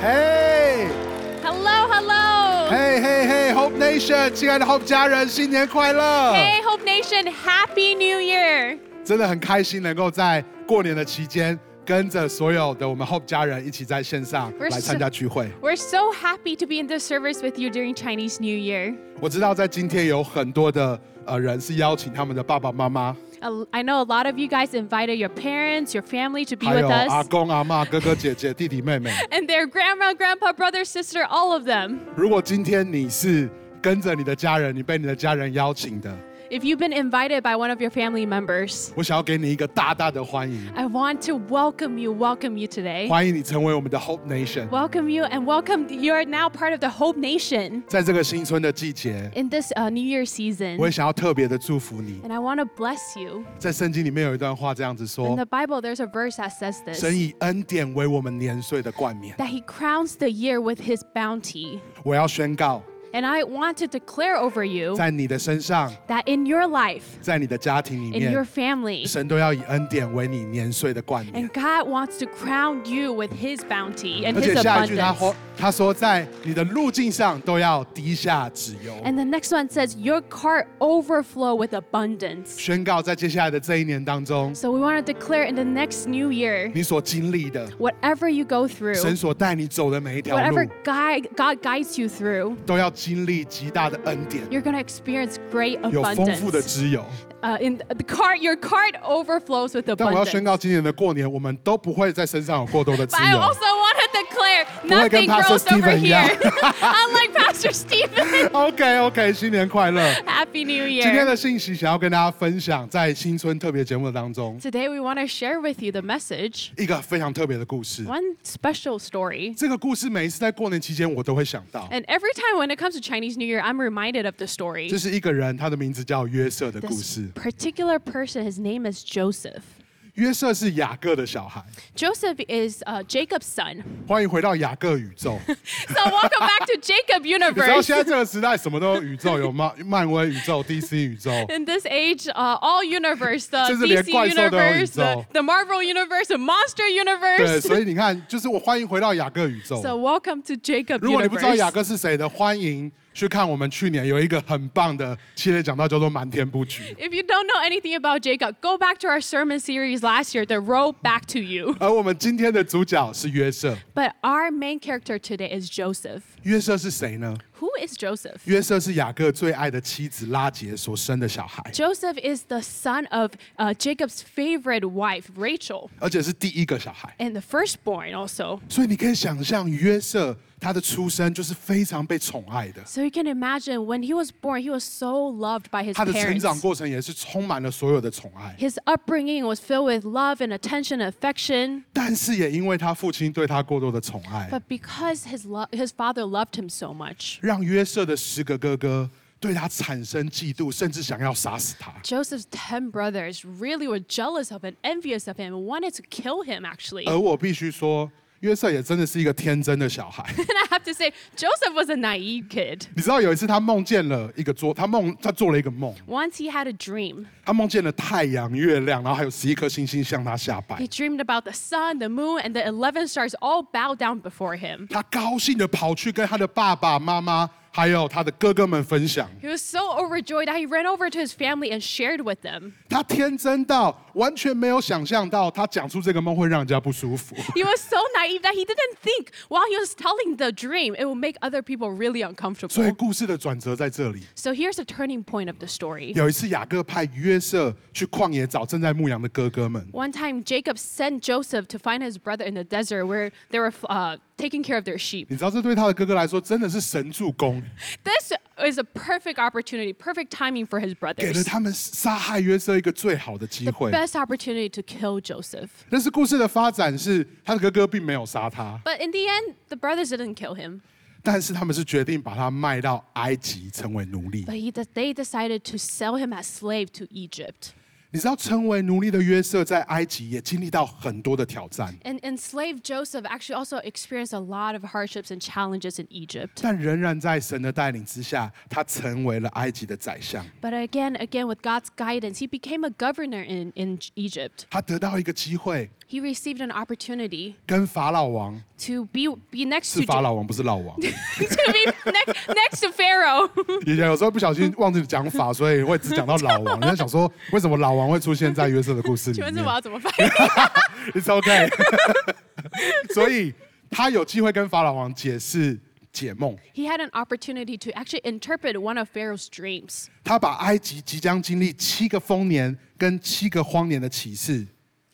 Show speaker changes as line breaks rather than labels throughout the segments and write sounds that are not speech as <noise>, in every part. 嘿，
Hello Hello，
嘿嘿嘿，Hope Nation，亲爱的 Hope 家人，新年快乐！
Hey Hope Nation Happy New Year！
真的很开心能够在过年的期间，跟着所有的我们 Hope 家人一起在线上
We're
来参加聚会。
We're so happy to be in this service with you during Chinese New Year.
我知道在今天有很多的呃人是邀请他们的爸爸妈妈，
A- I know a lot of you guys invited your parents, your family to be
还
with
有阿
us,
公阿妈、哥哥姐姐、弟弟妹妹。
<laughs> and their grandma, grandpa, brother, sister, all of them.
如果今天你是跟着你的家人，你被你的家人邀请的，
If you've been invited by one of your family members,
我想要给你一个大大的欢迎，
I want to welcome you, welcome you today.
欢迎你成为我们的 Hope Nation。
Welcome you and welcome. You're now part of the Hope Nation
在这个新春的季节，
in this uh, New Year season.
我也想要特别的祝福你。
And I want to bless you.
在圣经里面有一段话这样子
In
说
the Bible, there's a verse that says：“ this
神以恩典为我们年岁的冠冕。
that He crowns the year with His bounty. ”
我要宣告，
And I want to declare over you
在你的身上，
that in your life,
在你的家庭里
in
面，
your family,
神都要以恩典为你年岁的冠冕
and。God wants to crown you with His bounty and
而且
His
下一句他
abundance.
说，他说在你的路径上都要滴下脂油。
And the next one says, Your cart overflow with abundance.
宣告在接下来的这一年当中，
So we want to declare in the next new year,
你所经历的，
whatever you go
神
through,
所带你走的每一条路
whatever，guide, God guides you through,
都要经历极大的恩典，
you're going to experience great
有丰富的
abundance.
脂油。
Uh, in the cart, your cart overflows with
但我要宣
abundance.
告，今年的过年，我们都不会在身上有过多的脂
<laughs> But I
油。
also want to declare
like
nothing
Pastor
grows over
Stephen,
here.
yeah. <laughs>
Unlike Pastor Stephen. <laughs>
OK OK，新 <laughs> 年快乐！
Happy New
今天
Year.
的信息想要跟大家分享，在新春特别节目当中，
Today we want to share with you the message.
一个非常特别的故事。
One special story.
这个故事每一次在过年期间，我都会想到，
And every time when it comes to Chinese New Year, I'm reminded of the story.
这是一个人，他的名字叫约瑟的故
This
事。
particular person, his name is Joseph.
约瑟是雅各的小孩，
Joseph is uh, Jacob's
<laughs>
son.
欢迎回到雅各宇宙。
So welcome back to Jacob
你知道
Universe.
现在这个时代什么都有宇宙，有漫漫威宇宙、DC 宇宙，
In this age, uh, all universe, the
甚至连
DC
怪兽都有
universe,
宇宙。
the, the Marvel universe, the Monster
对，
universe.
所以你看，就是我欢迎回到雅各宇宙。
So welcome to Jacob
如果你不知道
Universe.
雅各是谁的，欢迎去看我们去年有一个很棒的系列讲到叫做《瞒天布局》。
If you don't know anything about Jacob, go back to our sermon series last year, The Road Back to You.
而我们今天的主角是约瑟。
But our main character today is Joseph.
约瑟是谁呢？
Who is Joseph?
约瑟是雅各最爱的妻子拉杰所生的小孩，
Joseph is the son of uh, Jacob's favorite wife, Rachel,
而且是第一个小孩。
and the firstborn also.
所以你可以想象，约瑟他的出生就是非常被宠爱的，
So you can imagine when he was born, he was so loved by his
他的成
parents.
长过程也是充满了所有的宠爱。
His upbringing was filled with love and attention and affection,
但是也因为他父亲对他过多的宠爱，
but because his, lo- his father loved him so much,
让约瑟的十个哥哥对他产生嫉妒，甚至想要杀死他。
Joseph's 10 brothers really were jealous of and envious of him and wanted to kill him, actually.
而我必须说，约瑟也真的是一个天真的小孩。
<laughs> And I have to say, Joseph was a naive kid.
你知道有一次他梦见了一个做，他梦他做了一个梦，
Once he had a dream.
他梦见了太阳、月亮，然后还有十一颗星星向他下拜
He。dreamed about the sun, the moon, and the 11 stars all bow down before him.
他高兴的跑去跟他的爸爸妈妈还有他的哥哥们分享。
He was so overjoyed that he ran over to his family and shared with them.
他天真到完全没有想象到，他讲出这个梦会让人家不舒服。
He was so naive that he didn't think while he was telling the dream, it would make other people really
所以
uncomfortable.
故事的转折在这里。
So here's the turning point of the story.
有一次，雅各派约瑟去旷野找正在牧羊的哥哥们。
One time, Jacob sent Joseph to find his brother in the desert where they were uh, taking care of their sheep.
你知道，这对他的哥哥来说真的是神助攻，
This is a perfect opportunity, perfect timing for his
给了
brothers.
他们杀害约瑟一个最好的机
The
会。
best opportunity to kill Joseph.
但是故事的发展是，他的哥哥并没有杀他，
But in the end, the brothers didn't kill him.
但是他们是决定把他卖到埃及成为奴隶。
But he, they decided to sell him as slave to Egypt.
你知道，成为奴隶的约瑟在埃及也经历到很多的挑战，
And enslaved Joseph actually also experienced a lot of hardships and challenges in Egypt.
但仍然在神的带领之下，他成为了埃及的宰相。
But again, again, with God's guidance, he became a governor in, in Egypt.
他得到一个机会，
He received an opportunity
跟法老王
to be be next
是
to
法老王，不是老王。
<laughs> to be next, next to Pharaoh. <laughs>
以前有时候不小心忘记讲法，所以会只讲到老王。人家想说，为什么老王会出现在约瑟的故事里面
请问这我要怎么办？
？It's okay 。 <laughs> 所以他有机会跟法老王解释解梦，
<laughs> he had an opportunity to actually interpret one of Pharaoh's dreams.
他把埃及即将经历七个丰年跟七个荒年的启示，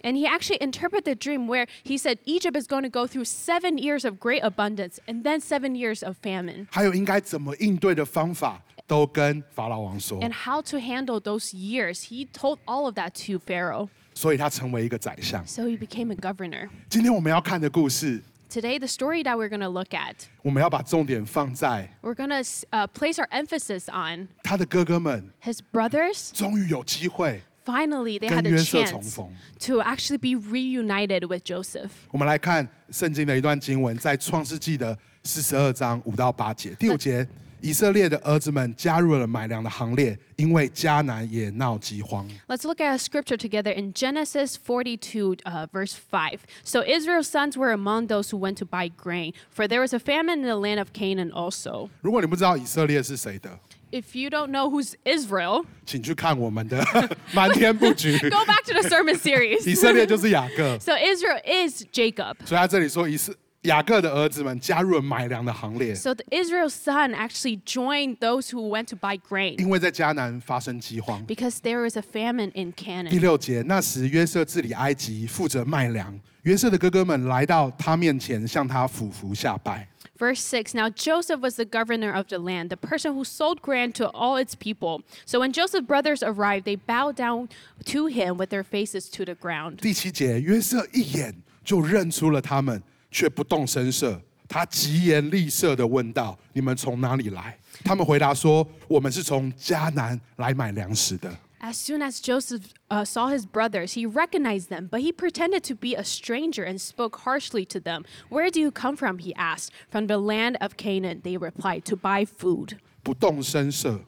And he actually interpreted the dream where he said Egypt is going to go through seven years of great abundance and then seven years of famine.
还有应该怎么应对的方法，都跟法老王说。
And how to handle those years. He told all of that to Pharaoh.
所以他成为一个宰相。
So he became a governor.
今天我们要看的故事，
Today, the story that we're going to look at,
我们要把重点放在
we're going to uh, place our emphasis on
他的哥哥们
his brothers.
终于有机会。
Finally, they had a
跟约瑟重逢。
chance to actually be reunited with Joseph.
我们来看圣经的一段经文，在创世纪的四十二章五到八节，第五节，以色列的儿子们加入了买粮的行列，因为迦南也闹饥荒。
Let's look at a scripture together in Genesis 42, uh, verse 5. So Israel's sons were among those who went to buy grain, for there was a famine in the land of Canaan also.
如果你不知道以色列是谁的，
If you don't know who's Israel,
请去看我们的 <laughs> 瞒天布局。
go back to the sermon
以
series.
色列就是雅各，
So Israel is Jacob.
所以他这里说以色雅各的儿子们加入了买粮的行列，
So the Israel's son actually joined those who went to buy grain
因为在迦南发生饥荒。
because there was a famine in
第
Canaan.
六节，那时约瑟治理埃及，负责卖粮。约瑟的哥哥们来到他面前，向他俯伏下拜。
Verse 6 Now Joseph was the governor of the land, the person who sold grain to all its people. So when Joseph's brothers arrived, they bowed down to him with their faces to the ground.
第七节，约瑟一眼就认出了他们，却不动声色。他疾言厉色地问道：“你们从哪里来？”他们回答说：“我们是从迦南来买粮食的。
As soon as Joseph uh, saw his brothers, he recognized them, but he pretended to be a stranger and spoke harshly to them. Where do you come from? He asked. From the land of Canaan, they replied, to buy food. ”
不动声色，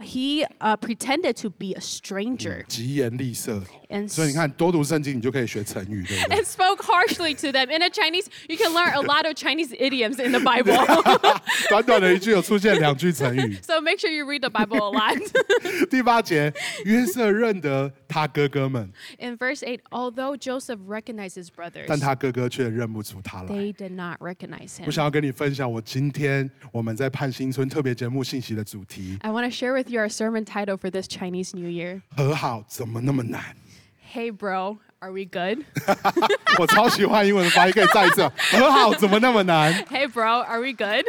He uh, pretended to be a stranger
疾言厉色。
and
所以你看，多读圣经，你就可以学成语，对不
<laughs>
对？
and spoke harshly to them. In a Chinese, you can learn a lot of Chinese idioms in the Bible. <laughs>
短短的一句有出现两句成语。
so make sure you read the Bible a lot.
第八节，约瑟认得他哥哥们，
In verse 8, although Joseph recognized his brothers,
但他哥哥却认不出他来。
they did not recognize
我
him.
想要跟你分享我今天我们在盼新村特别节目信息的主题：
I want to share with you our sermon title for this Chinese New Year.
和好怎么那么难？ <laughs>
Hey, bro, are we good?
我超喜欢英文的发音，可以再一次哦。和好怎么那么难？
hey, bro, are we good?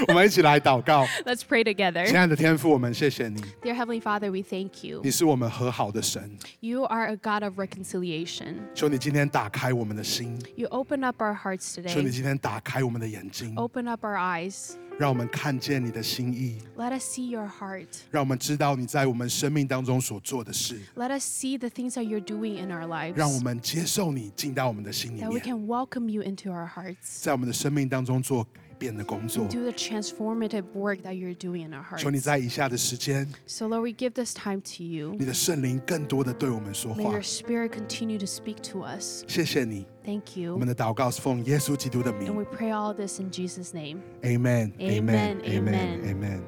<laughs>
我们一起来祷告，
Let's pray
亲
together.
爱的天父，我们谢谢你，
Dear Heavenly Father, we thank you.
你是我们和好的神。
You are a God of reconciliation.
求你今天打开我们的心，
You open up our hearts
求你
today,
今天打开我们的眼睛，
open up our eyes.
让我们看见你的心意，
Let us see your heart.
让我们知道你在我们生命当中所做的事，
Let us see the things that you're doing in our lives.
让我们接受你进到我们的心里
That we
面，
can welcome you into our hearts.
在我们的生命当中做改变的工作。
Do the transformative work that you're doing in our
求你
hearts.
在以下的时间，
So, Lord, we give this time to you.
你的圣灵更多的对我们说
May
话
your。spirit continue to speak to us.
谢谢你，
Thank
我们的
you.
祷告是奉耶稣基督的名
And。we pray all this in Jesus' name.
Amen.
Amen,
Amen.
Amen.
Amen.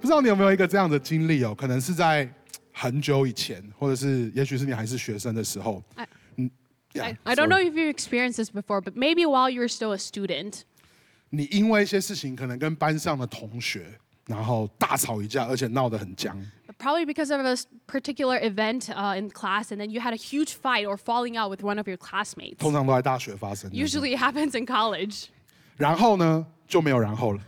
不知道你有没有一个这样的经历哦？可能是在很久以前，或者是也许是你还是学生的时候。嗯
I-
yeah,
I, I don't know
sorry
if you've experienced this before, but maybe while you were still a student,
你因为一些事情，可能跟班上的同学，然后大吵一架，而且闹得很僵。
probably because of a s- particular event uh, in class, and then you had a huge fight or falling out with one of your classmates.
通常都在大学发生。
Usually it happens in college. <laughs>
然后呢，就没有然后了。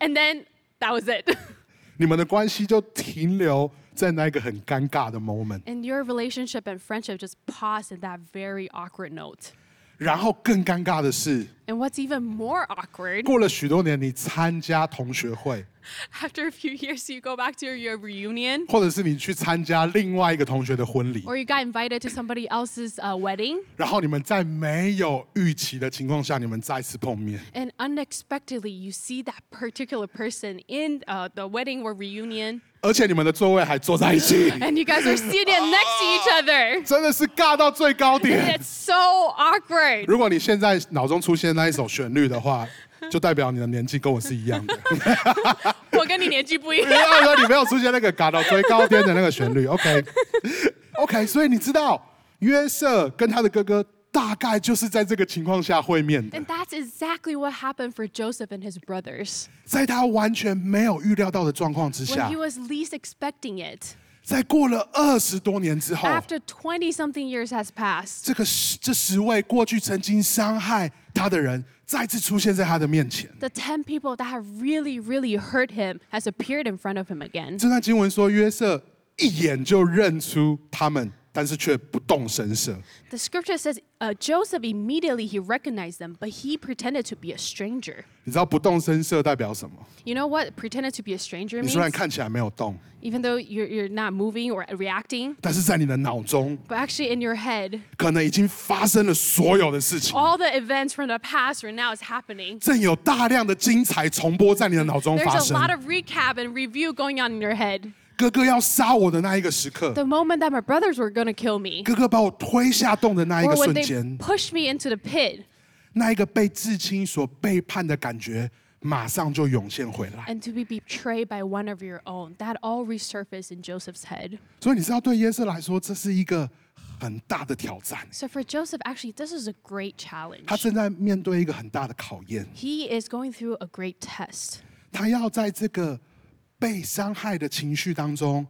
and then that was it. <laughs>
你们的关系就停留在那一个很尴尬的 moment，
And your relationship and friendship just paused at that very awkward note.
然后更尴尬的是，
And what's even more awkward
过了许多年，你参加同学会，
After a few <laughs> years, you go back to your, your reunion,
或者是你去参加另外一个同学的婚礼，
or you got invited to somebody else's uh, wedding,
然后你们在没有预期的情况下，你们再次碰面。
and unexpectedly, you see that particular person in uh, the wedding or reunion,
而且你们的座位还坐在一起，
and you <laughs> guys are seated next to each other.
真的是尬到最高点
<laughs> It's。so awkward. <laughs>
如果你现在脑中出现那一首旋律的话，就代表你的年纪跟我是一样的。
我跟你年纪不一样。
因为二哥你没有出现那个嘎到最高点的那个旋律。OK OK，所以你知道约瑟跟他的哥哥大概就是在这个情况下会面的
And，that's exactly what happened for Joseph and his brothers.
在他完全没有预料到的状况之
When
下
he，was least expecting it.
在过了二十多年之后，
After 20 something years has passed,
这个十这十位过去曾经伤害他的人再次出现在他的面前。
the 10 people that have really, really hurt him has appeared in front of him again.
这段经文说，约瑟一眼就认出他们，但是却不动声色。
The scripture says uh, Joseph immediately he recognized them, but he pretended to be a stranger.
你知道不动声色代表什么？
You know what pretended to be a stranger
你虽然
means?
看起来没有动，
Even though you're, you're not moving or reacting,
但是在你的脑中
but actually in your head,
可能已经发生了所有的事情，
all the events from the past or now is happening.
正有大量的精彩重播在你的脑中发
There's a
生。
lot of recap and review going on in your head.
哥哥要杀我的那一个时刻，
The moment that my brothers were gonna kill me,
哥哥把我推下洞的那一个
or
瞬
when they
间，
pushed me into the pit,
那一个被至亲所背叛的感觉，马上就涌现回来。
and to be betrayed by one of your own. That all resurfaced in Joseph's head.
所以你知道，对耶稣来说，这是一个很大的挑战。
So for Joseph, actually, this is a great challenge.
他正在面对一个很大的考验，
He is going through a great test.
他要在这个被伤害的情绪当中，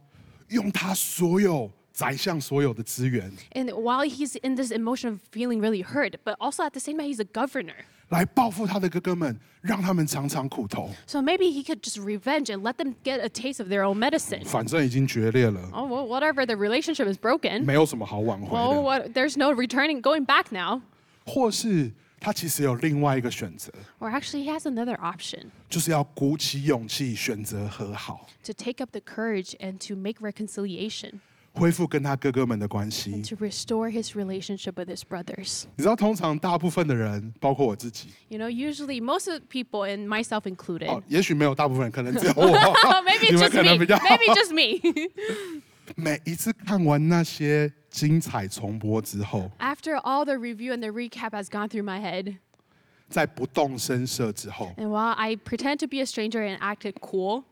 用他所有宰相所有的资源，
And while he's in this emotion of feeling really hurt, but also at the same time, he's a governor.
来报复他的哥哥们，让他们尝尝苦头。
So maybe he could just revenge and let them get a taste of their own medicine.
反正已经决裂了，
Oh, well, whatever, the relationship is broken.
没有什么好挽回
Well,
的。
what, there's no returning, going back now.
或是他其实有另外一个选择，
Or actually, he has another option
就是要鼓起勇气选择和好，
to take up the courage and to make reconciliation,
恢复跟他哥哥们的关系。你
to restore his relationship with his brothers.
知道，通常大部分的人，包括我自己，
You know, usually most of the people, and myself included,
哦，也许没有大部分人，可能只有我
Oh,，maybe <laughs>
你
it's
们
just
可能比
me.
<laughs> 较
Maybe just me.
每一次看完那些精彩重播之后，
After all the review and the recap has gone through my head,
在不动声色之后，
and while I pretend to be a stranger and acted cool,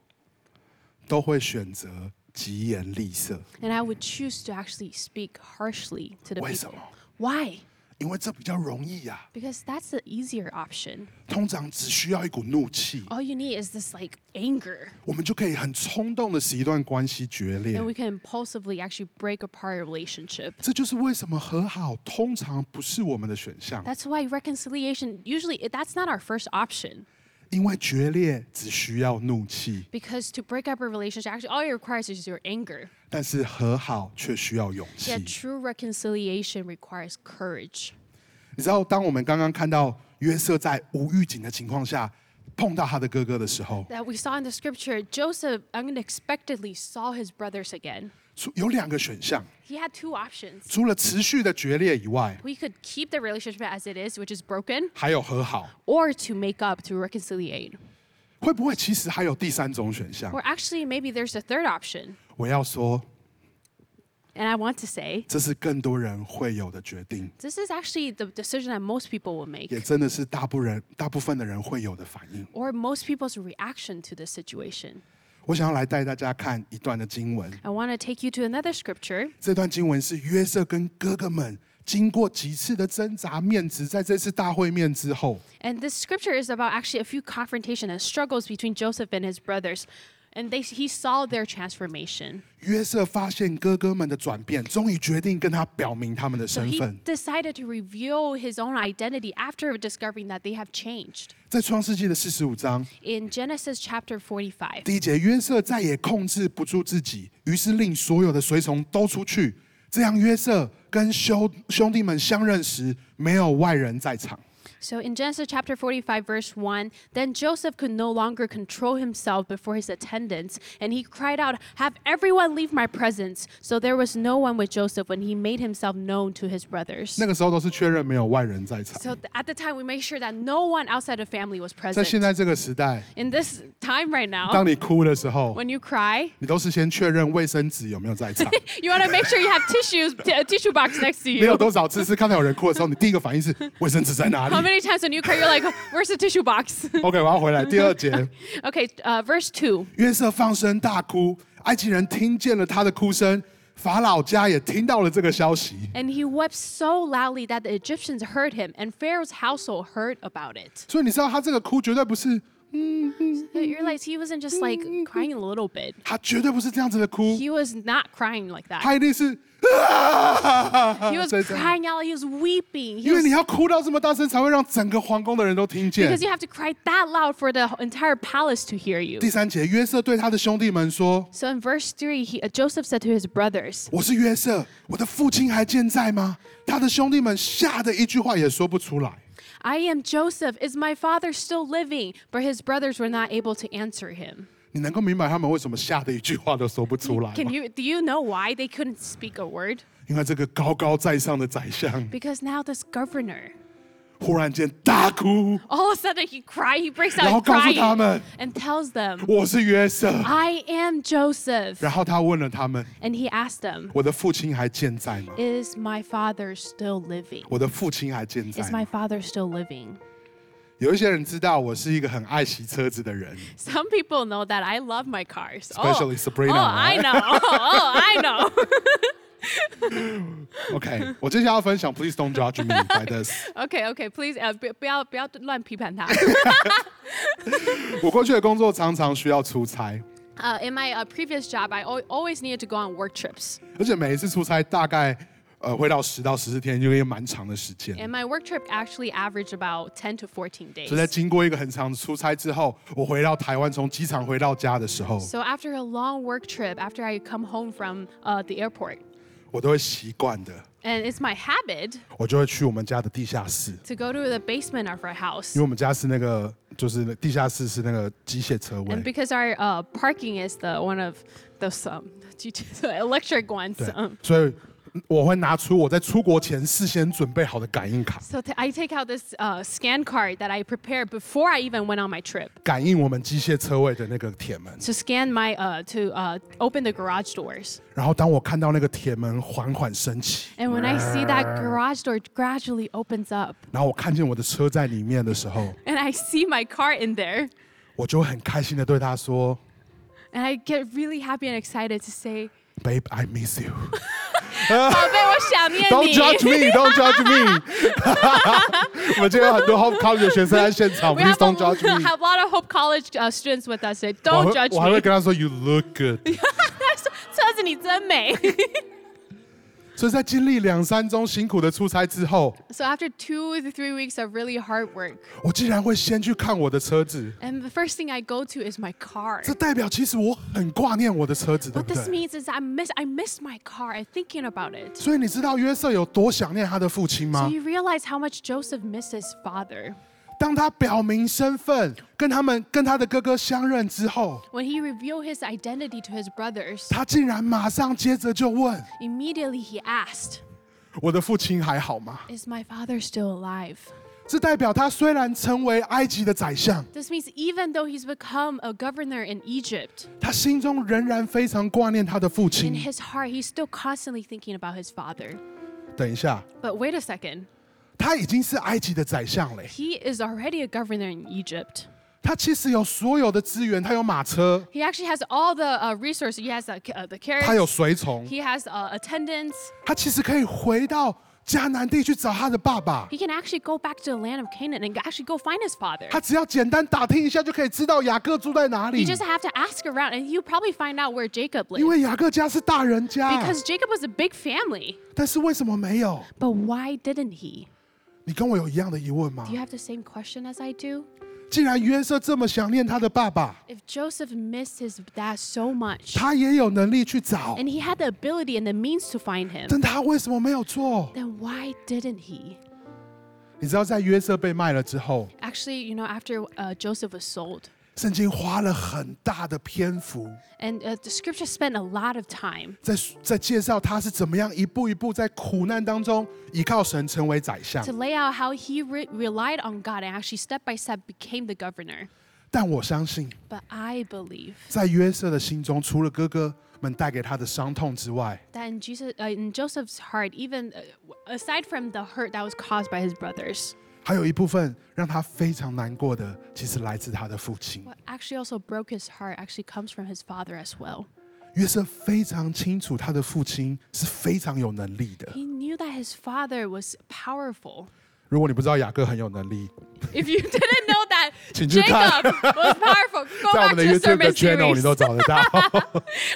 都会选择疾言厉色。
and I would choose to actually speak harshly to the
为
people.
什么？
Why?
因为这比较容易呀、
Because that's the easier option.
通常只需要一股怒气，
All you need is this like anger,
我们就可以很冲动的使一段关系决裂
and。we can impulsively actually break apart a relationship.
这就是为什么和好通常不是我们的选项，
That's why reconciliation usually it- that's not our first option.
因为决裂只需要怒气，
Because to break up a relationship, actually all it requires is your anger.
但是和好却需要勇气
Yet。true reconciliation requires courage.
你知道，当我们刚刚看到约瑟在无预警的情况下碰到他的哥哥的时候，
That we saw in the scripture, Joseph unexpectedly saw his brothers again.
除有两个选项，
He had two options.
除了持续的决裂以外，
We could keep the relationship as it is, which is broken,
还有和好。
or to make up, to reconciliate.
会不会其实还有第三种选项？
Or actually, maybe there's a third option.
我要说，
And I want to say,
这是更多人会有的决定，
this is actually the decision that most people will make,
也真的是大部人大部分的人会有的反应。
or most people's reaction to this situation.
我想要来带大家看一段的经文，
I want to take you to another scripture.
这段经文是约瑟跟哥哥们经过几次的挣扎面子，在这次大会面之后，
And this scripture is about actually a few confrontation and struggles between Joseph and his brothers. And they, he saw their transformation.
约瑟发现哥哥们的转变，终于决定跟他表明他们的
So
身
he
份。
decided to reveal his own identity after discovering that they have changed.
在创世纪的四十五章
In Genesis chapter 45,
第一节，约瑟再也控制不住自己，于是令所有的随从都出去。这样，约瑟跟兄兄弟们相认时，没有外人在场。
So in Genesis chapter 45, verse 1, then Joseph could no longer control himself before his attendants, and he cried out, Have everyone leave my presence. So there was no one with Joseph when he made himself known to his brothers.
那个时候都是确认没有外人在场。
So th- at the time, we made sure that no one outside the family was
在现
present.
在这个时代，
In this time right now,
当你哭的时候，
when you cry,
你都是先确认卫生纸有没有在场。
you want to make sure you have tissues, t- a tissue box next to
没有
you.
多少次是看到有人哭的时候，你第一个反应
<laughs>
是卫生纸在 <laughs> 哪
How
里
many times when you cry, you're like, Where's the tissue box? <laughs>
？OK，我要回来。
嗯
第二节，
okay, uh, verse 2.
约瑟放声大哭，埃及人听见了他的哭声，法老家也听到了这个消息，
And he wept so loudly that the Egyptians heard him, and Pharaoh's household heard about it.
所以你知道他这个哭绝对不是，
You realize he wasn't just like crying a little bit.
他绝对不是这样子的哭，
He was not crying like that.
他一定是啊
He was
在这样
crying out. He was weeping. He
因为
was,
你要哭到这么大声，才会让整个皇宫的人都听见
because。you have to cry that loud for the entire palace to hear you.
第三节，约瑟对他的兄弟们说
So in verse 3, he, uh, Joseph said to his brothers,：“
我是约瑟，我的父亲还健在吗？”他的兄弟们吓得一句话也说不出来。
I am Joseph. Is my father still living? But his brothers were not able to answer him.
你能够明白他们为什么吓得一句话都说不出来
Can
吗？
you do you know why they couldn't speak a word?
因为这个高高在上的宰相
Because now this governor
忽然间大哭
all of a sudden he cry, he breaks out
然后
and
告诉他
crying
们
and tells：“ them,
我是约瑟。
I am Joseph. ”
然后他问了他们
And he asked them,：“
我的父亲还健在吗？
Is my father still living?
我的父亲还健在
Is
吗
my father still living? ”
有一些人知道我是一个很爱惜车子的人，
Some people know that I love my cars.
Especially
oh,
Sabrina,
Oh, I
right?
know.
<laughs>
Oh, oh, I know. <laughs>
OK，我接下来要分享，Please don't judge me by
<laughs>
this。
okay, okay. Please, uh, 不-不要-不要乱批判他。 <laughs>
我过去的工作常常需要出差，
uh, in my uh, previous job, I al- always needed to go on work trips.
而且每一次出差大概呃会到十到十四天，就一个蛮长的时间。
And my work trip actually averaged about 10 to 14 days.
所以在经过一个很长的出差之后，我回到台湾，从机场回到家的时候，
So after a long work trip, after I come home from uh, the airport,
我都会习惯的，
and it's my habit
我就会去我们家的地下室，因
to go to the basement of our house.
为我们家是那个就是地下室是那个机械车
And
位。
because our uh, parking is the one of those um, <laughs> the electric ones,
对
um,，
所以我会拿出我在出国前事先准备好的感应卡，
so t- I take out this uh, scan card that I prepared before I even went on my trip
感应我们机械车位的那个铁门。
to scan my uh, to uh, open the garage doors.
然后当我看到那个铁门缓缓升起，
And when I see that garage door gradually opens up,
然后我看见我的车在里面的时候，
and I see my car in there,
我就会很开心的对他说
and I get really happy and excited to say,
：“Babe, I miss you.
宝贝，我想念你。
Don't judge me, don't judge me。”我 <laughs> 们今天有很多 Hope College 的学生在现场
<laughs> We have
，Please don't
a,
judge me。
have a lot of Hope College uh, students with us today.
我
Don't
还
judge
我还会
me. <laughs>
跟他说：“You look good。
车子你真美。” ” <laughs>
所以在经历两三周辛苦的出差之后，
so after two to three weeks of really hard work,
我竟然会先去看我的车子，
and the first thing I go to is my car.
这代表其实我很挂念我的车子，对
What
不
this
对？
means is I miss I miss my car. I'm thinking about it.
所以你知道约瑟有多想念他的父亲
So
吗？
you realize how much Joseph missed his father.
当他表明身份，跟他们跟他的哥哥相认之后，
When he revealed his identity to his brothers,
他竟然马上接着就问
immediately he asked,：“
我的父亲还好吗
Is my father still alive?？”
这代表他虽然成为埃及的宰相，
This means even though he's become a governor in Egypt,
他心中仍然非常挂念他的父
in
亲。
his heart, he's still constantly thinking about his father.
等一下，
But wait a second.
他已经是埃及的宰相嘞，
He is already a governor in Egypt.
他其实有所有的资源，他有马车，
He actually has all the uh, resources. He has uh, ca- uh, the
他有
carriage.
随从，
He has uh, attendants.
他其实可以回到迦南地去找他的爸爸。
He can actually go back to the land of Canaan and actually go find his father.
他只要简单打听一下，就可以知道雅各住在哪里
You，just have to ask around, and you probably find out where Jacob
因
lived.
为雅各家是大人家。
Because Jacob was a big family.
但是为什么没有？
But why didn't he?
你跟我有一样的疑问吗
Do you？have the same question as I do?
既然约瑟这么想念他的爸爸，
If Joseph missed his dad so much,
他也有能力去找，
and he had the ability and the means to find him,
但他为什么没有做？
then why didn't he?
你知道，在约瑟被卖了之后，
Actually, you know, after uh, Joseph was sold,
圣经花了很大的篇幅
and uh, the scripture spent a lot of time
在在介绍他是怎么样一步一步在苦难当中依靠神成为宰相
to。lay out how he re- relied on God and actually step by step became the governor.
但我相信，
But I believe
在约瑟的心中，除了哥哥们带给他的伤痛之外，
that in Jesus, uh, in Joseph's heart, even uh, aside from the hurt that was caused by his brothers,
还有一部分让他非常难过的，其实来自他的父亲。
what actually also broke his heart actually comes from his father as well.
约瑟非常清楚他的父亲是非常有能力的。
He knew that his father was powerful.
如果你不知道雅各很有能力，
If you didn't know that
请去看。
Jacob was powerful, go
在我
back
们的
to the
YouTube 的
sermon
channel 你
series.
都找得
<laughs>
到。 <laughs>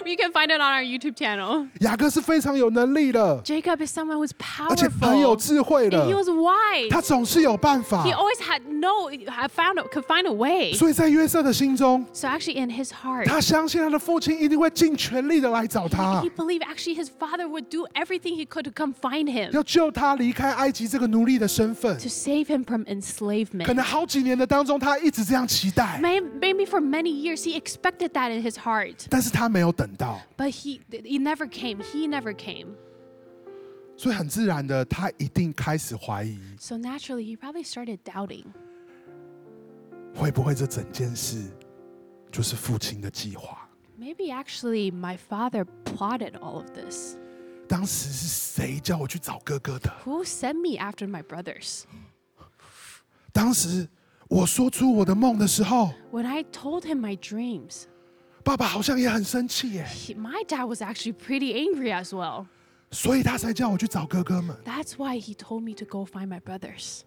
You can find it on our YouTube channel.
雅各是非常有能力的，
Jacob is someone who's
而且很有
powerful.
智慧
And
的
he，was wise.
他总是有办法
He。always had no, had found a- could find a way.
所以在约瑟的心中，
So actually, in his heart,
他相信他的父亲一定会尽全力的来找
he,
他
he，believed actually his father would do everything he could to come find him
要救他离开埃及这个奴隶的身份。
to save him from
可
enslavement.
能好几年的当中，他一直这样期待，
May- Maybe for many years he expected that in his heart,
但是他没有等到，
but he he never came. He never came.
所以很自然的，他一定开始怀疑，
So naturally, he probably started doubting.
会不会这整件事就是父亲的计划？
Maybe actually, my father plotted all of this.
当时是谁叫我去找哥哥的？
Who sent me after my brothers?
当时我说出我的梦的时候，
When I told him my dreams,
爸爸好像也很生气耶，
he, my dad was actually pretty angry as well.
所以他才叫我去找哥哥们。
That's why he told me to go find my brothers.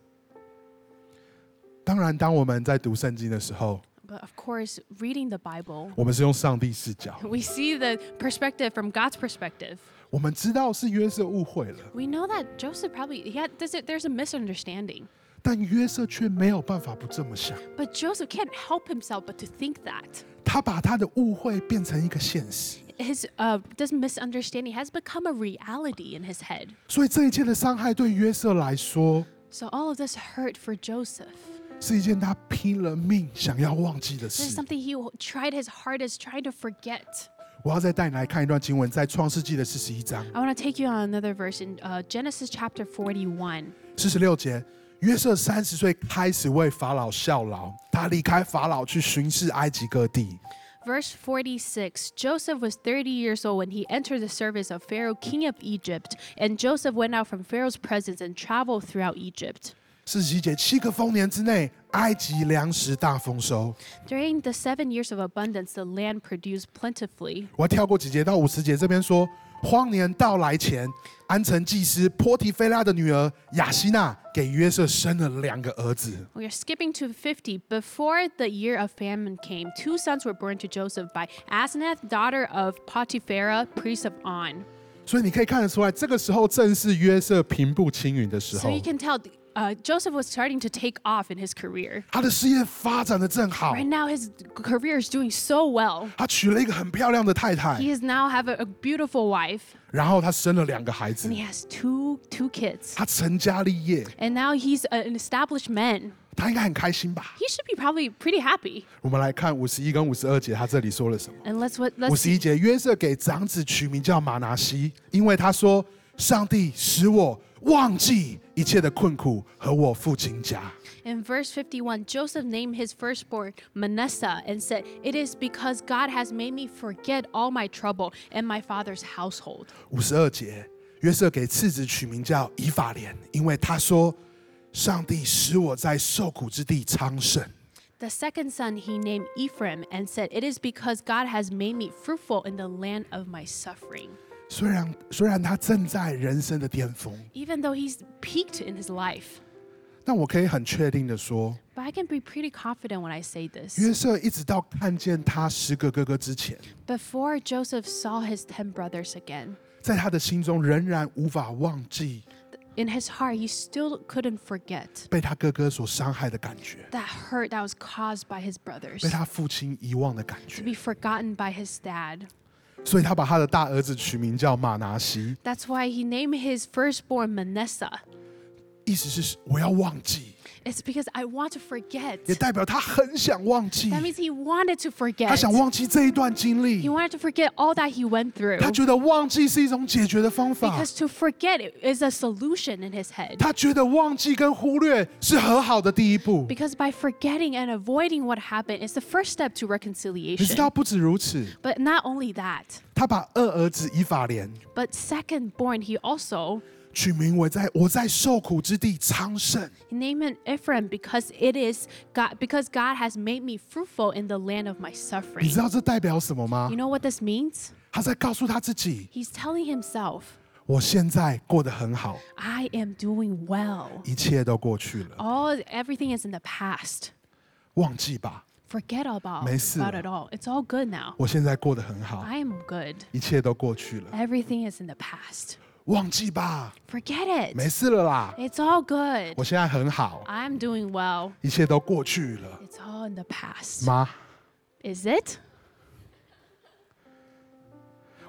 当然，当我们在读圣经的时候，
But of course, reading the Bible,
我们是用上帝视角，
we see the perspective from God's perspective.
我们知道是约瑟误会了，
We know that Joseph probably he had there's a, there's a misunderstanding,
但约瑟却没有办法不这么想，
but Joseph can't help himself but to think that
他把他的误会变成一个现实，
his uh, this misunderstanding has become a reality in his head.
所以这一切的伤害对约瑟来说，
So all of this hurt for Joseph.
是一件他拼了命想要忘记的
This is
事。
something he tried his hardest trying to forget.
我要再带你来看一段经文，在创世纪的四十一章
I want to take you on another verse in uh, Genesis chapter 41.
四十六节。约瑟三十岁开始为法老效劳，他离开法老去巡视埃及各地。
Verse 46 Joseph was 30 years old when he entered the service of Pharaoh, king of Egypt, and Joseph went out from Pharaoh's presence and traveled throughout Egypt.
四十一节，七个丰年之内，埃及粮食大丰收。
During the seven years of abundance, the land produced plentifully.
我要跳过几节到五十节这边说，荒年到来前，安城祭司波提菲拉的女儿雅西娜给约瑟生了两个儿子。
We are skipping to 50. Before the year of famine came, two sons were born to Joseph by Aseneth, daughter of Potipharah, priest of On.
所以你可以看得出来，这个时候正是约瑟平步青云的时
So
候
you，can tell uh, Joseph was starting to take off in his career.
他的事业发展的正好，
Right now, his career is doing so well.
他娶了一个很漂亮的太太，
He is now have a, a beautiful wife.
然后他生了两个孩子
and，he has two two kids.
他成家立业，
And now he's a- an established man.
他应该很开心吧？
He should be probably pretty happy.
我们来看五十一跟五十二节，他这里说了什么？
And let's what
五
let's
十一
see.
节，约瑟给长子取名叫马拿西，因为他说：“上帝使我忘记一切的困苦和我父亲家。
in verse 51, Joseph named his firstborn Manasseh and said, "It is because God has made me forget all my trouble and my father's household." ”
五十二节，约瑟给次子取名叫以法莲，因为他说：“上帝使我在受苦之地昌盛。
The second son he named Ephraim and said, "It is because God has made me fruitful in the land of my suffering." ”
虽然虽然他正在人生的巅峰，
Even though he's peaked in his life,
但我可以很确定的说，
but I can be pretty confident when I say this.
约瑟一直到看见他十个哥哥之前，
Before Joseph saw his ten brothers again,
在他的心中仍然无法忘记
in his heart, he still couldn't forget
被他哥哥所伤害的感觉。
that hurt that was caused by his brothers,
被他父亲遗忘的感觉，
to be forgotten by his dad.
所以他把他的大儿子取名叫马拿西。
That's why he named his firstborn Manasseh.
意思是我要忘记，
It's because I want to forget.
也代表他很想忘记，
That means he wanted to
他
forget.
想忘记这一段经
He
历，
wanted to forget all that he went through.
他觉得忘记是一种解决的方法，
Because to forget is a solution in his head.
他觉得忘记跟忽略是和好的第一步。
Because by forgetting and avoiding what happened is the first step
你
to
知
reconciliation.
道，不止如此，
But not only that,
他把二儿子以法莲
but second born, he also
取名为在我在受苦之地昌盛。
named him Ephraim because it is God because God has made me fruitful in the land of my
你
suffering.
知道这代表什么吗
You？know what this means?
他在告诉他自己，
He's telling himself,
我现在过得很好，
I am doing well.
一切都过去了，
All everything is in the past.
忘记吧，
Forget about,
没事了。
about it all. It's all good now.
我现在过得很好，
I am good.
一切都过去了，
Everything is in the past.
忘记吧，
Forget it.
没事了啦，
It's all good.
我现在很好，
I'm doing well.
一切都过去了。
It's all in the past.
妈，
Is it?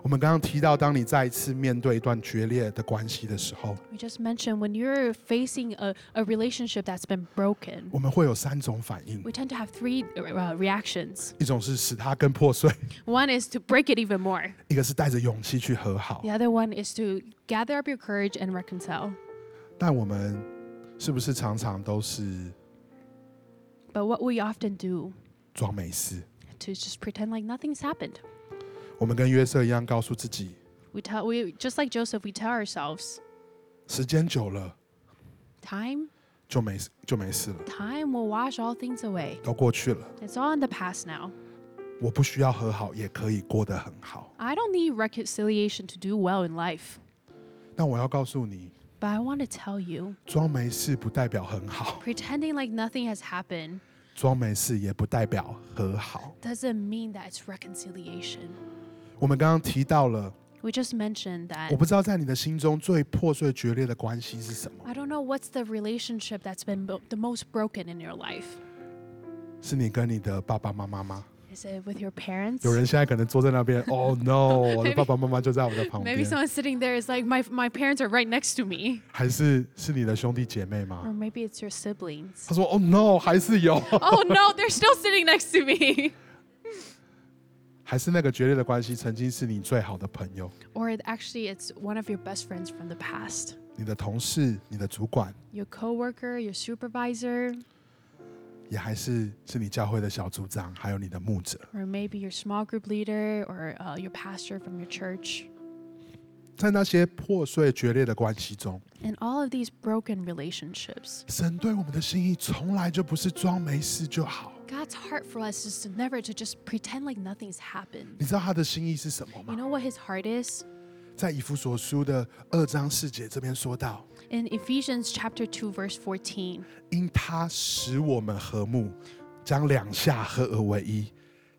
我们刚刚提到，当你再一次面对一段决裂的关系的时候，
We just mentioned when you're facing a, a relationship that's been broken,
我们会有三种反应：
we tend to have three uh, reactions.
一种是使它更破碎， <laughs>
One is to break it even more,
一个是带着勇气去和好
the。other one is to gather up your courage and reconcile.
但我们是不是常常都是
But what we often do
装没事？
to just pretend like nothing's happened.
我们跟约瑟一样，告诉自己，
We tell we just like Joseph, we tell ourselves,
时间久了
time,
就没事就没事了，
time will wash all things away.
都过去了，
It's all in the past now.
我不需要和好也可以过得很好。
I don't need reconciliation to do well in life.
但我要告诉你，
But I want to tell you,
装没事不代表很好，
pretending like nothing has happened
装没事也不代表和好。
doesn't mean that it's reconciliation.
我们刚刚提到了，
We just mentioned that
我不知道在你的心中最破碎决裂的关系是什么，
I don't know what's the relationship that's been bo- the most broken in your life.
是你跟你的爸爸妈妈吗？
Is it with your parents?
有人现在可能坐在那边，Oh no，我的
Maybe-
爸爸妈妈就在我的旁
Maybe
边，
someone sitting there is like, my, my parents are right next to me.
还是是你的兄弟姐妹
Or
吗？
maybe it's your siblings.
他说，Oh no，还是有，
oh no, they're still sitting next to me. <laughs>
还是那个决裂的关系曾经是你最好的朋友，
Or it- actually, it's one of your best friends from the past.
你的同事、你的主管，
Your coworker, your supervisor,
也还是是你教会的小组长，还有你的牧者。
or maybe your small group leader, or uh, your pastor from your church.
在那些破碎决裂的关系中，
In all of these broken relationships,
神对我们的心意从来就不是装没事就好。
God's heart for us is to never to just pretend like nothing's happened.
你知道他的心意是什么
You
吗？
know what His heart is?
在以弗所书的二章四节这边说到，
In Ephesians chapter 2 verse 14,
因他使我们和睦，将两下合而为一，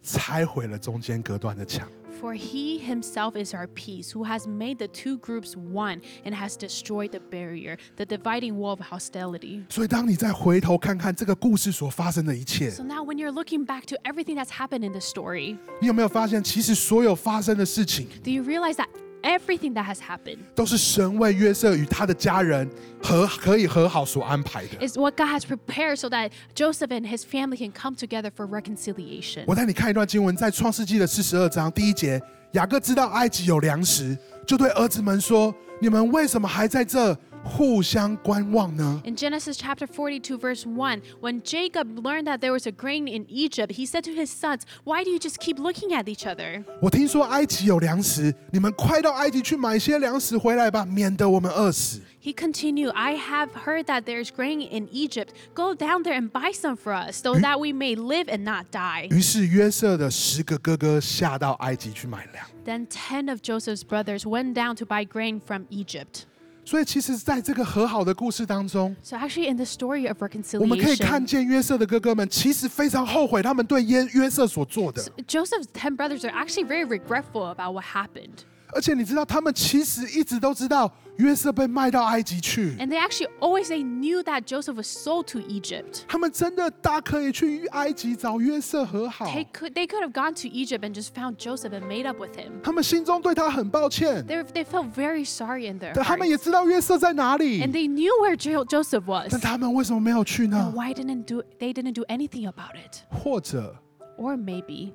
拆毁了中间隔断的墙。
for he himself is our peace, who has made the two groups one and has destroyed the barrier, the dividing wall of hostility.
所以，当你再回头看看这个故事所发生的一切，
So now when you're looking back to everything that's happened in this story,
你有没有发现，其实所有发生的事情
do you realize that everything that has happened
都是神为约瑟与他的家人和可以和好所安排的？
is what God has prepared so that Joseph and his family can come together for reconciliation.
我带你看一段经文，在创世纪的四十二章第一节，雅各知道埃及有粮食，就对儿子们说：“你们为什么还在这互相观望呢
In Genesis chapter 42, verse 1, when Jacob learned that there was a grain in Egypt, he said to his sons, Why do you just keep looking at each other?？”
我听说埃及有粮食，你们快到埃及去买些粮食回来吧，免得我们饿死。
He continued, I have heard that there's grain in Egypt. Go down there and buy some for us, so that we may live and not die.
于是约瑟的十个哥哥下到埃及去买粮。
Then 10 of Joseph's brothers went down to buy grain from Egypt.
所以，其实在这个和好的故事当中，
So, actually, in the story of
我们可以看
reconciliation,
见约瑟的哥哥们其实非常后悔他们对约约瑟所做的。
Joseph's 10 brothers are actually very regretful about what happened.
而且你知道，他们其实一直都知道约瑟被卖到埃及去，
And they actually always they knew that Joseph was sold to Egypt.
他们真的大可以去埃及找约瑟和好。
They could they could have gone to Egypt and just found Joseph and made up with him.
他们心中对他很抱歉，
They they felt very sorry in their
但他们也
hearts.
知道约瑟在哪里，
And they knew where Jo- Joseph
但
was.
他们为什么没有去
And
呢？
why didn't do they didn't do anything about it?
或者
Or maybe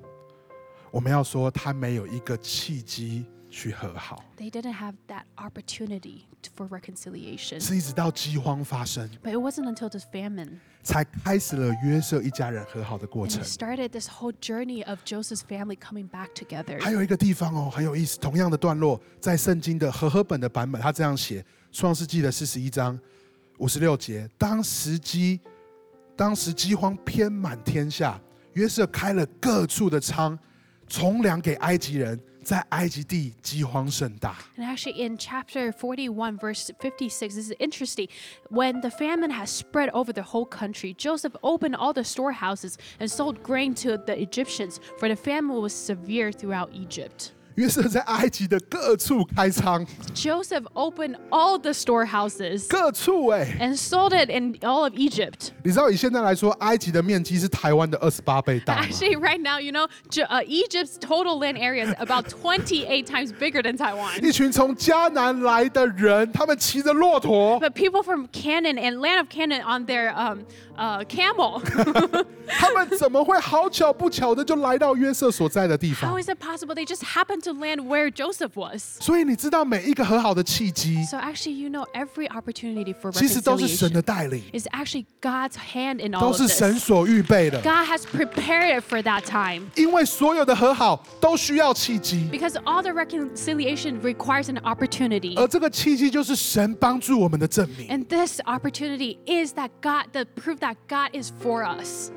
我们要说，他没有一个契机去和好，
they didn't have that opportunity to- for reconciliation.
是一直到饥荒发生，
But it wasn't until this famine
才开始了约瑟一家人和好的过
and
程
it。started this whole journey of Joseph's family coming back together.
还有一个地方哦，很有意思。同样的段落，在圣经的和合本的版本，他这样写：《创世纪》的四十一章五十六节，当时饥，当时饥荒遍满天下，约瑟开了各处的仓，从粮给埃及人，在埃及地饥荒甚大。
And actually, in chapter 41, verse 56, this is interesting. When the famine has spread over the whole country, Joseph opened all the storehouses and sold grain to the Egyptians, for the famine was severe throughout Egypt.
约瑟在埃及的各处开仓， <laughs>
Joseph opened all the storehouses
各处哎、
and sold it in all of Egypt.
你知道以现在来说，埃及的面积是台湾的二十八倍大
<laughs>
吗？
Actually, right now, you know, J- uh, Egypt's total land area is about 28 times bigger than Taiwan.
一群从迦南来的人，他们骑着骆驼，
But people from Canaan and land of Canaan on their um, uh, camel.
他们怎么会好巧不巧的就来到约瑟所在的地
How
方？
is it possible they just happened to land where Joseph was?
所以你知道每一个和好的契机，
So actually, you know, every opportunity for
其实都是神的
reconciliation
带领，
is actually God's hand in
都
all of
是神
this.
所预备的。
God has prepared it for that time
因为所有的和好都需要契机，
because all the reconciliation requires an opportunity.
而这个契机就是神帮助我们的证明。
And this opportunity is that God, the proof that God is for us.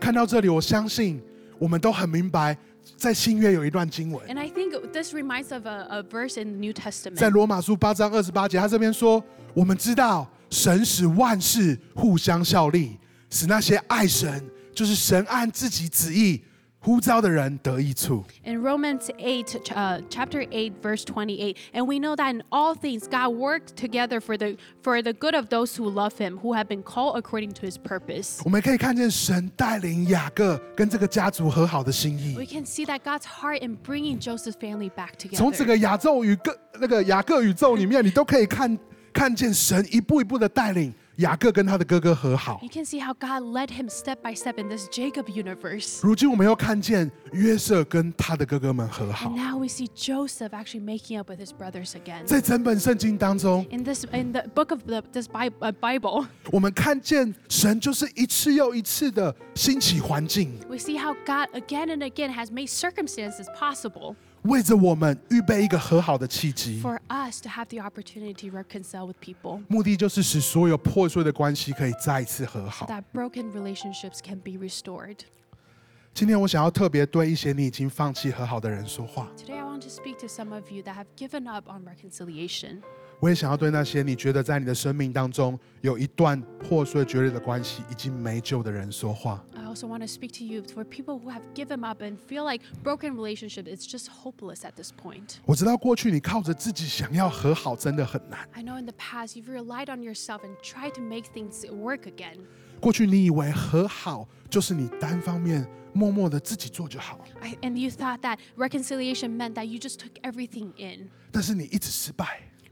看到这里，我相信我们都很明白，在新约有一段经文，
And I think this reminds of a, a verse in the New
在
Testament.
罗马书八章二十八节，他这边说：“我们知道神使万事互相效力，使那些爱神，就是神按自己旨意呼召的人得益处。
In Romans 8, uh, chapter 8, verse 28, and we know that in all things God worked together for the for the good of those who love Him, who have been called according to His purpose.
我们可以看见神带领雅各跟这个家族和好的心
We
意。
can see that God's heart in bringing Joseph's family back
从整
together.
个亚洲宇各那个雅各宇宙里面，你都可以看看见神一步一步的带领雅各跟他的哥哥和好
You。can see how God led him step by step in this Jacob universe.
如今我们又看见约瑟跟他的哥哥们和好
And。now we see Joseph actually making up with his brothers again.
在整本圣经当中，
In this in the book of the, this Bi- uh, Bible, <laughs>
我们看见神就是一次又一次的兴起环境，
we see how God again and again has made circumstances possible.
为着我们预备一个和好的契机，
for us to have the opportunity to reconcile with people
目的就是使所有破碎的关系可以再一次和好。
that broken relationships can be restored.
今天我想要特别对一些你已经放弃和好的人说话，
Today I want to speak to some of you that have given up on reconciliation.
我也想要对那些你觉得在你的生命当中有一段破碎决裂的关系已经没救的人说话。
I also want to speak to you for people who have given up and feel like broken relationship is just hopeless at this point.
我知道过去你靠着自己想要和好真的很难，
I know in the past you've relied on yourself and tried to make things work again.
过去你以为和好就是你单方面默默的自己做就好，
I, and you thought that reconciliation meant that you just took everything in,
但是你一直失败。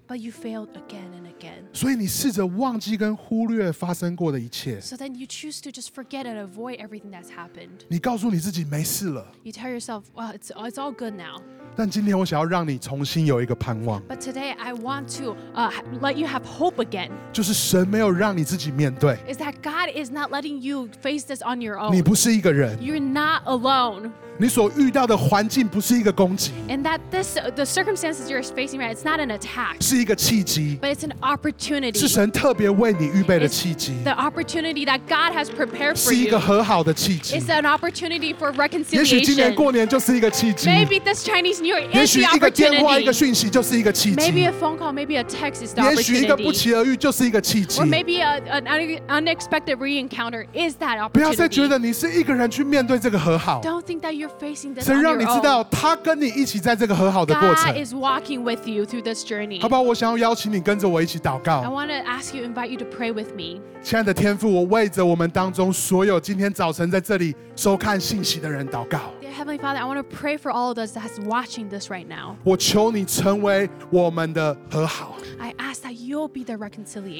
but you failed again and again.
所以你试着忘记跟忽略发生过的一切。
So then you choose to just forget and avoid everything that's happened.
你告诉你自己没事了，
You tell yourself, well, it's, it's all good now.
但今天我想要让你重新有一个盼望，
But today I want to uh, ha- let you have hope again.
就是神没有让你自己面对，
Is that God is not letting you face this on your own.
你不是一个人，
You're not alone.
你所遇到的环境不是一个攻击，
And that this uh, the circumstances you're facing right, it's not an attack,
是一个契机，
but it's an opportunity.
是神特别为你预备的
It's
契机，
the opportunity that God has prepared for
是一
you.
个和好的契机
It's。an opportunity for
也许今年
reconciliation.
过年就是一个契机，
Maybe this Chinese New you
也
is
许
the
一个电话、一个
opportunity.
讯息就是一个契机，
Maybe a phone call, maybe a text is the
也许一个不
opportunity.
期而遇就是一个契机
Or。maybe a, an un- unexpected re-encounter is that
不要再觉
opportunity.
得你是一个人去面对这个和好，
Don't think that you're facing this
神
on
让
your
你知道
own.
他跟你一起在这个和好的过
哦 God
程，
is walking with you through this journey.
好不好？我想要邀请你跟着我一起祷告
I。want to ask you, invite you to pray with me.
亲爱的天父，我为着我们当中所有今天早晨在这里收看信息的人祷告，
Dear Heavenly Father, I want to pray for all of us that's watching this right now.
我求你成为我们的和好，
I ask that you'll be the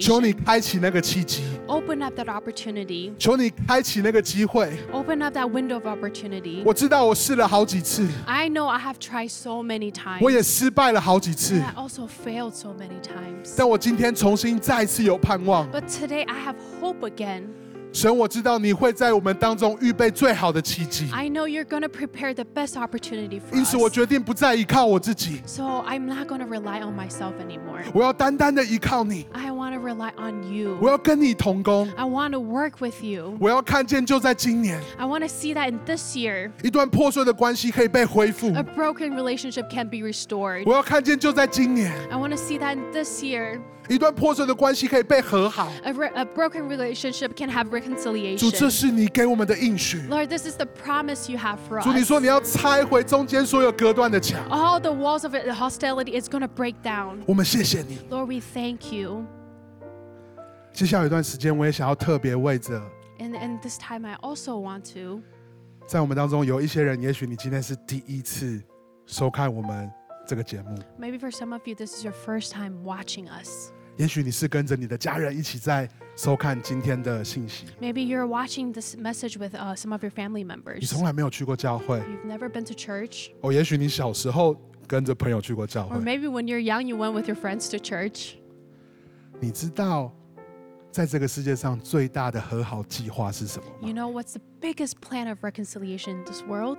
求你
reconciliation.
开启那个契机，
Open up that opportunity.
求你开启那个机会。
Open up that window of opportunity.
我知道我试了好几次，
I know I have tried so many times.
我也失败了好几次
and，I also failed so many times.
但我今天重新再次有盼望。
But today I have hope again.
神，我知道你会在我们当中预备最好的奇迹，
I know you're going to prepare the best opportunity for
因
us.
此我决定不再依靠我自己，
So I'm not going to rely on myself anymore.
我要单单的依靠你，
I want to rely on
我
you.
要跟你同工，
I want to work with you.
我要看见就在今年，
I want to see that in this year,
一段破碎的关系可以被恢复，
a broken relationship can be restored.
我要看见就在今年，
I want to see that in this year,
一段破碎的关系可以被和好。
a, re- a broken relationship can have
主，这
reconciliation.
是你给我们的应许。
Lord, this is the promise you have for
主，你
us.
说你要拆毁中间所有隔断的墙，
All the walls of it, the hostility is going to break down.
我们谢谢你。
Lord, we thank you.
接下来有一段时间，我也想要特别为着
And, and this time I also want to.
在我们当中有一些人，也许你今天是第一次收看我们这个节目，
Maybe for some of you, this is your first time watching us.
也许你是跟着你的家人一起在收看今天的信息，
Maybe you're watching this message with uh, some of your family
你
members.
从来没有去过教会
You've never been to church.
哦，也许你小时候跟着朋友去过教会，
Or maybe when you're young, you went with your friends to church.
你知道在这个世界上最大的和好计划是什么吗？
You know what's the biggest plan of reconciliation in this world?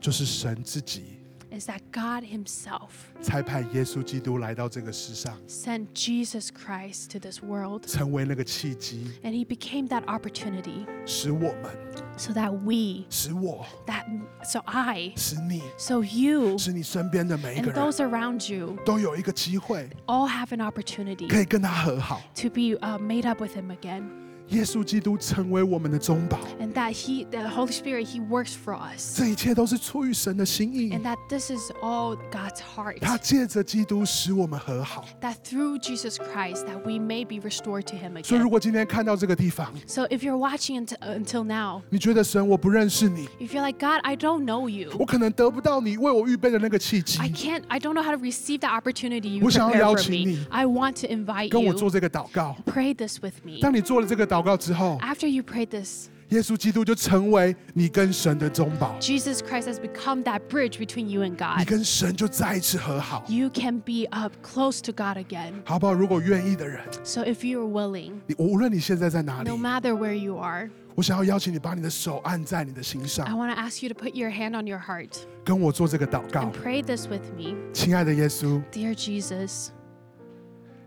就是神自己
Is that God Himself
差派耶稣基督来到这个世上，
sent Jesus Christ to this world.
成为那个契机，
And He became that opportunity
使我们，
so that we,
使我，
that, so I,
使你，
so you,
使你身边的每一
and
个人
those around you
都有一个机会。
all have an opportunity
可以跟他和好。
to be uh, made up with Him again.
耶稣基督成为我们的中保，
And that He, that the Holy Spirit, He works for us.
这一切都是出于神的心意
And。that this is all God's heart.
他借着基督使我们和好。
That through Jesus Christ, that we may be restored to Him
所以，如
again.
果今天看到这个地方，
So if you're watching unt- uh, until now,
你觉得神我不认识你，
if you're like, God, I don't know you.
我可能得不到你为我预备的那个契机
I，can't. I don't know how to receive the opportunity you
我想要
prepare for
邀请你，
me. I want to invite
跟我做
you.
这个祷告。
Pray this with me.
当你做了这个祷告之后，
After you prayed this,
耶稣基督就成为你跟神的中保，
Jesus Christ has become that bridge between you and
你
God.
跟神就再一次和好，
You can be up close to God again.
好不好？如果愿意的人，
So if you're willing,
你无论你现在在哪里
no，matter where you are,
我想要邀请你把你的手按在你的心
I
上，
want to ask you to put your hand on your heart
跟我做这个祷告
and。pray this with me.
亲爱的耶稣，
Dear Jesus,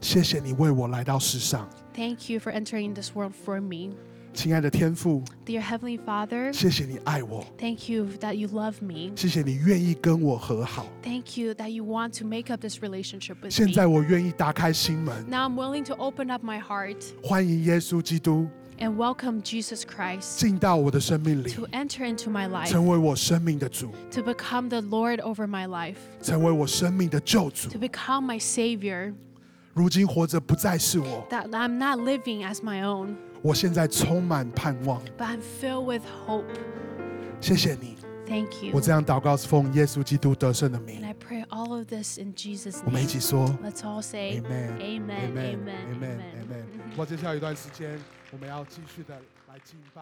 谢谢你为我来到世上，
thank you for entering this world for me.
亲爱的天父，
Dear Heavenly Father,
谢谢你爱我，
thank you that you love me.
谢谢你愿意跟我和好。
Thank you that you want to make up this relationship with
现
me.
在我愿意打开心门，
Now I'm willing to open up my heart
欢迎耶稣基督
and welcome Jesus Christ
进到我的生命里，
to enter into my life,
成为我生命的主，
to become the Lord over my life,
成为我生命的救主
to。become my Savior,
如今活着不再是我，
that I'm not living as my own,
我现在充满盼望。
but I'm filled with hope.
谢谢你，
Thank you.
我这样祷告是奉耶稣基督得胜的
And
名。
I pray all of this in Jesus'
我们一
name.
起说
Let's all say
Amen，Amen，Amen，Amen，Amen。
Amen. Amen. Amen. Amen.
不过接下来一段时间，我们要继续的来敬拜。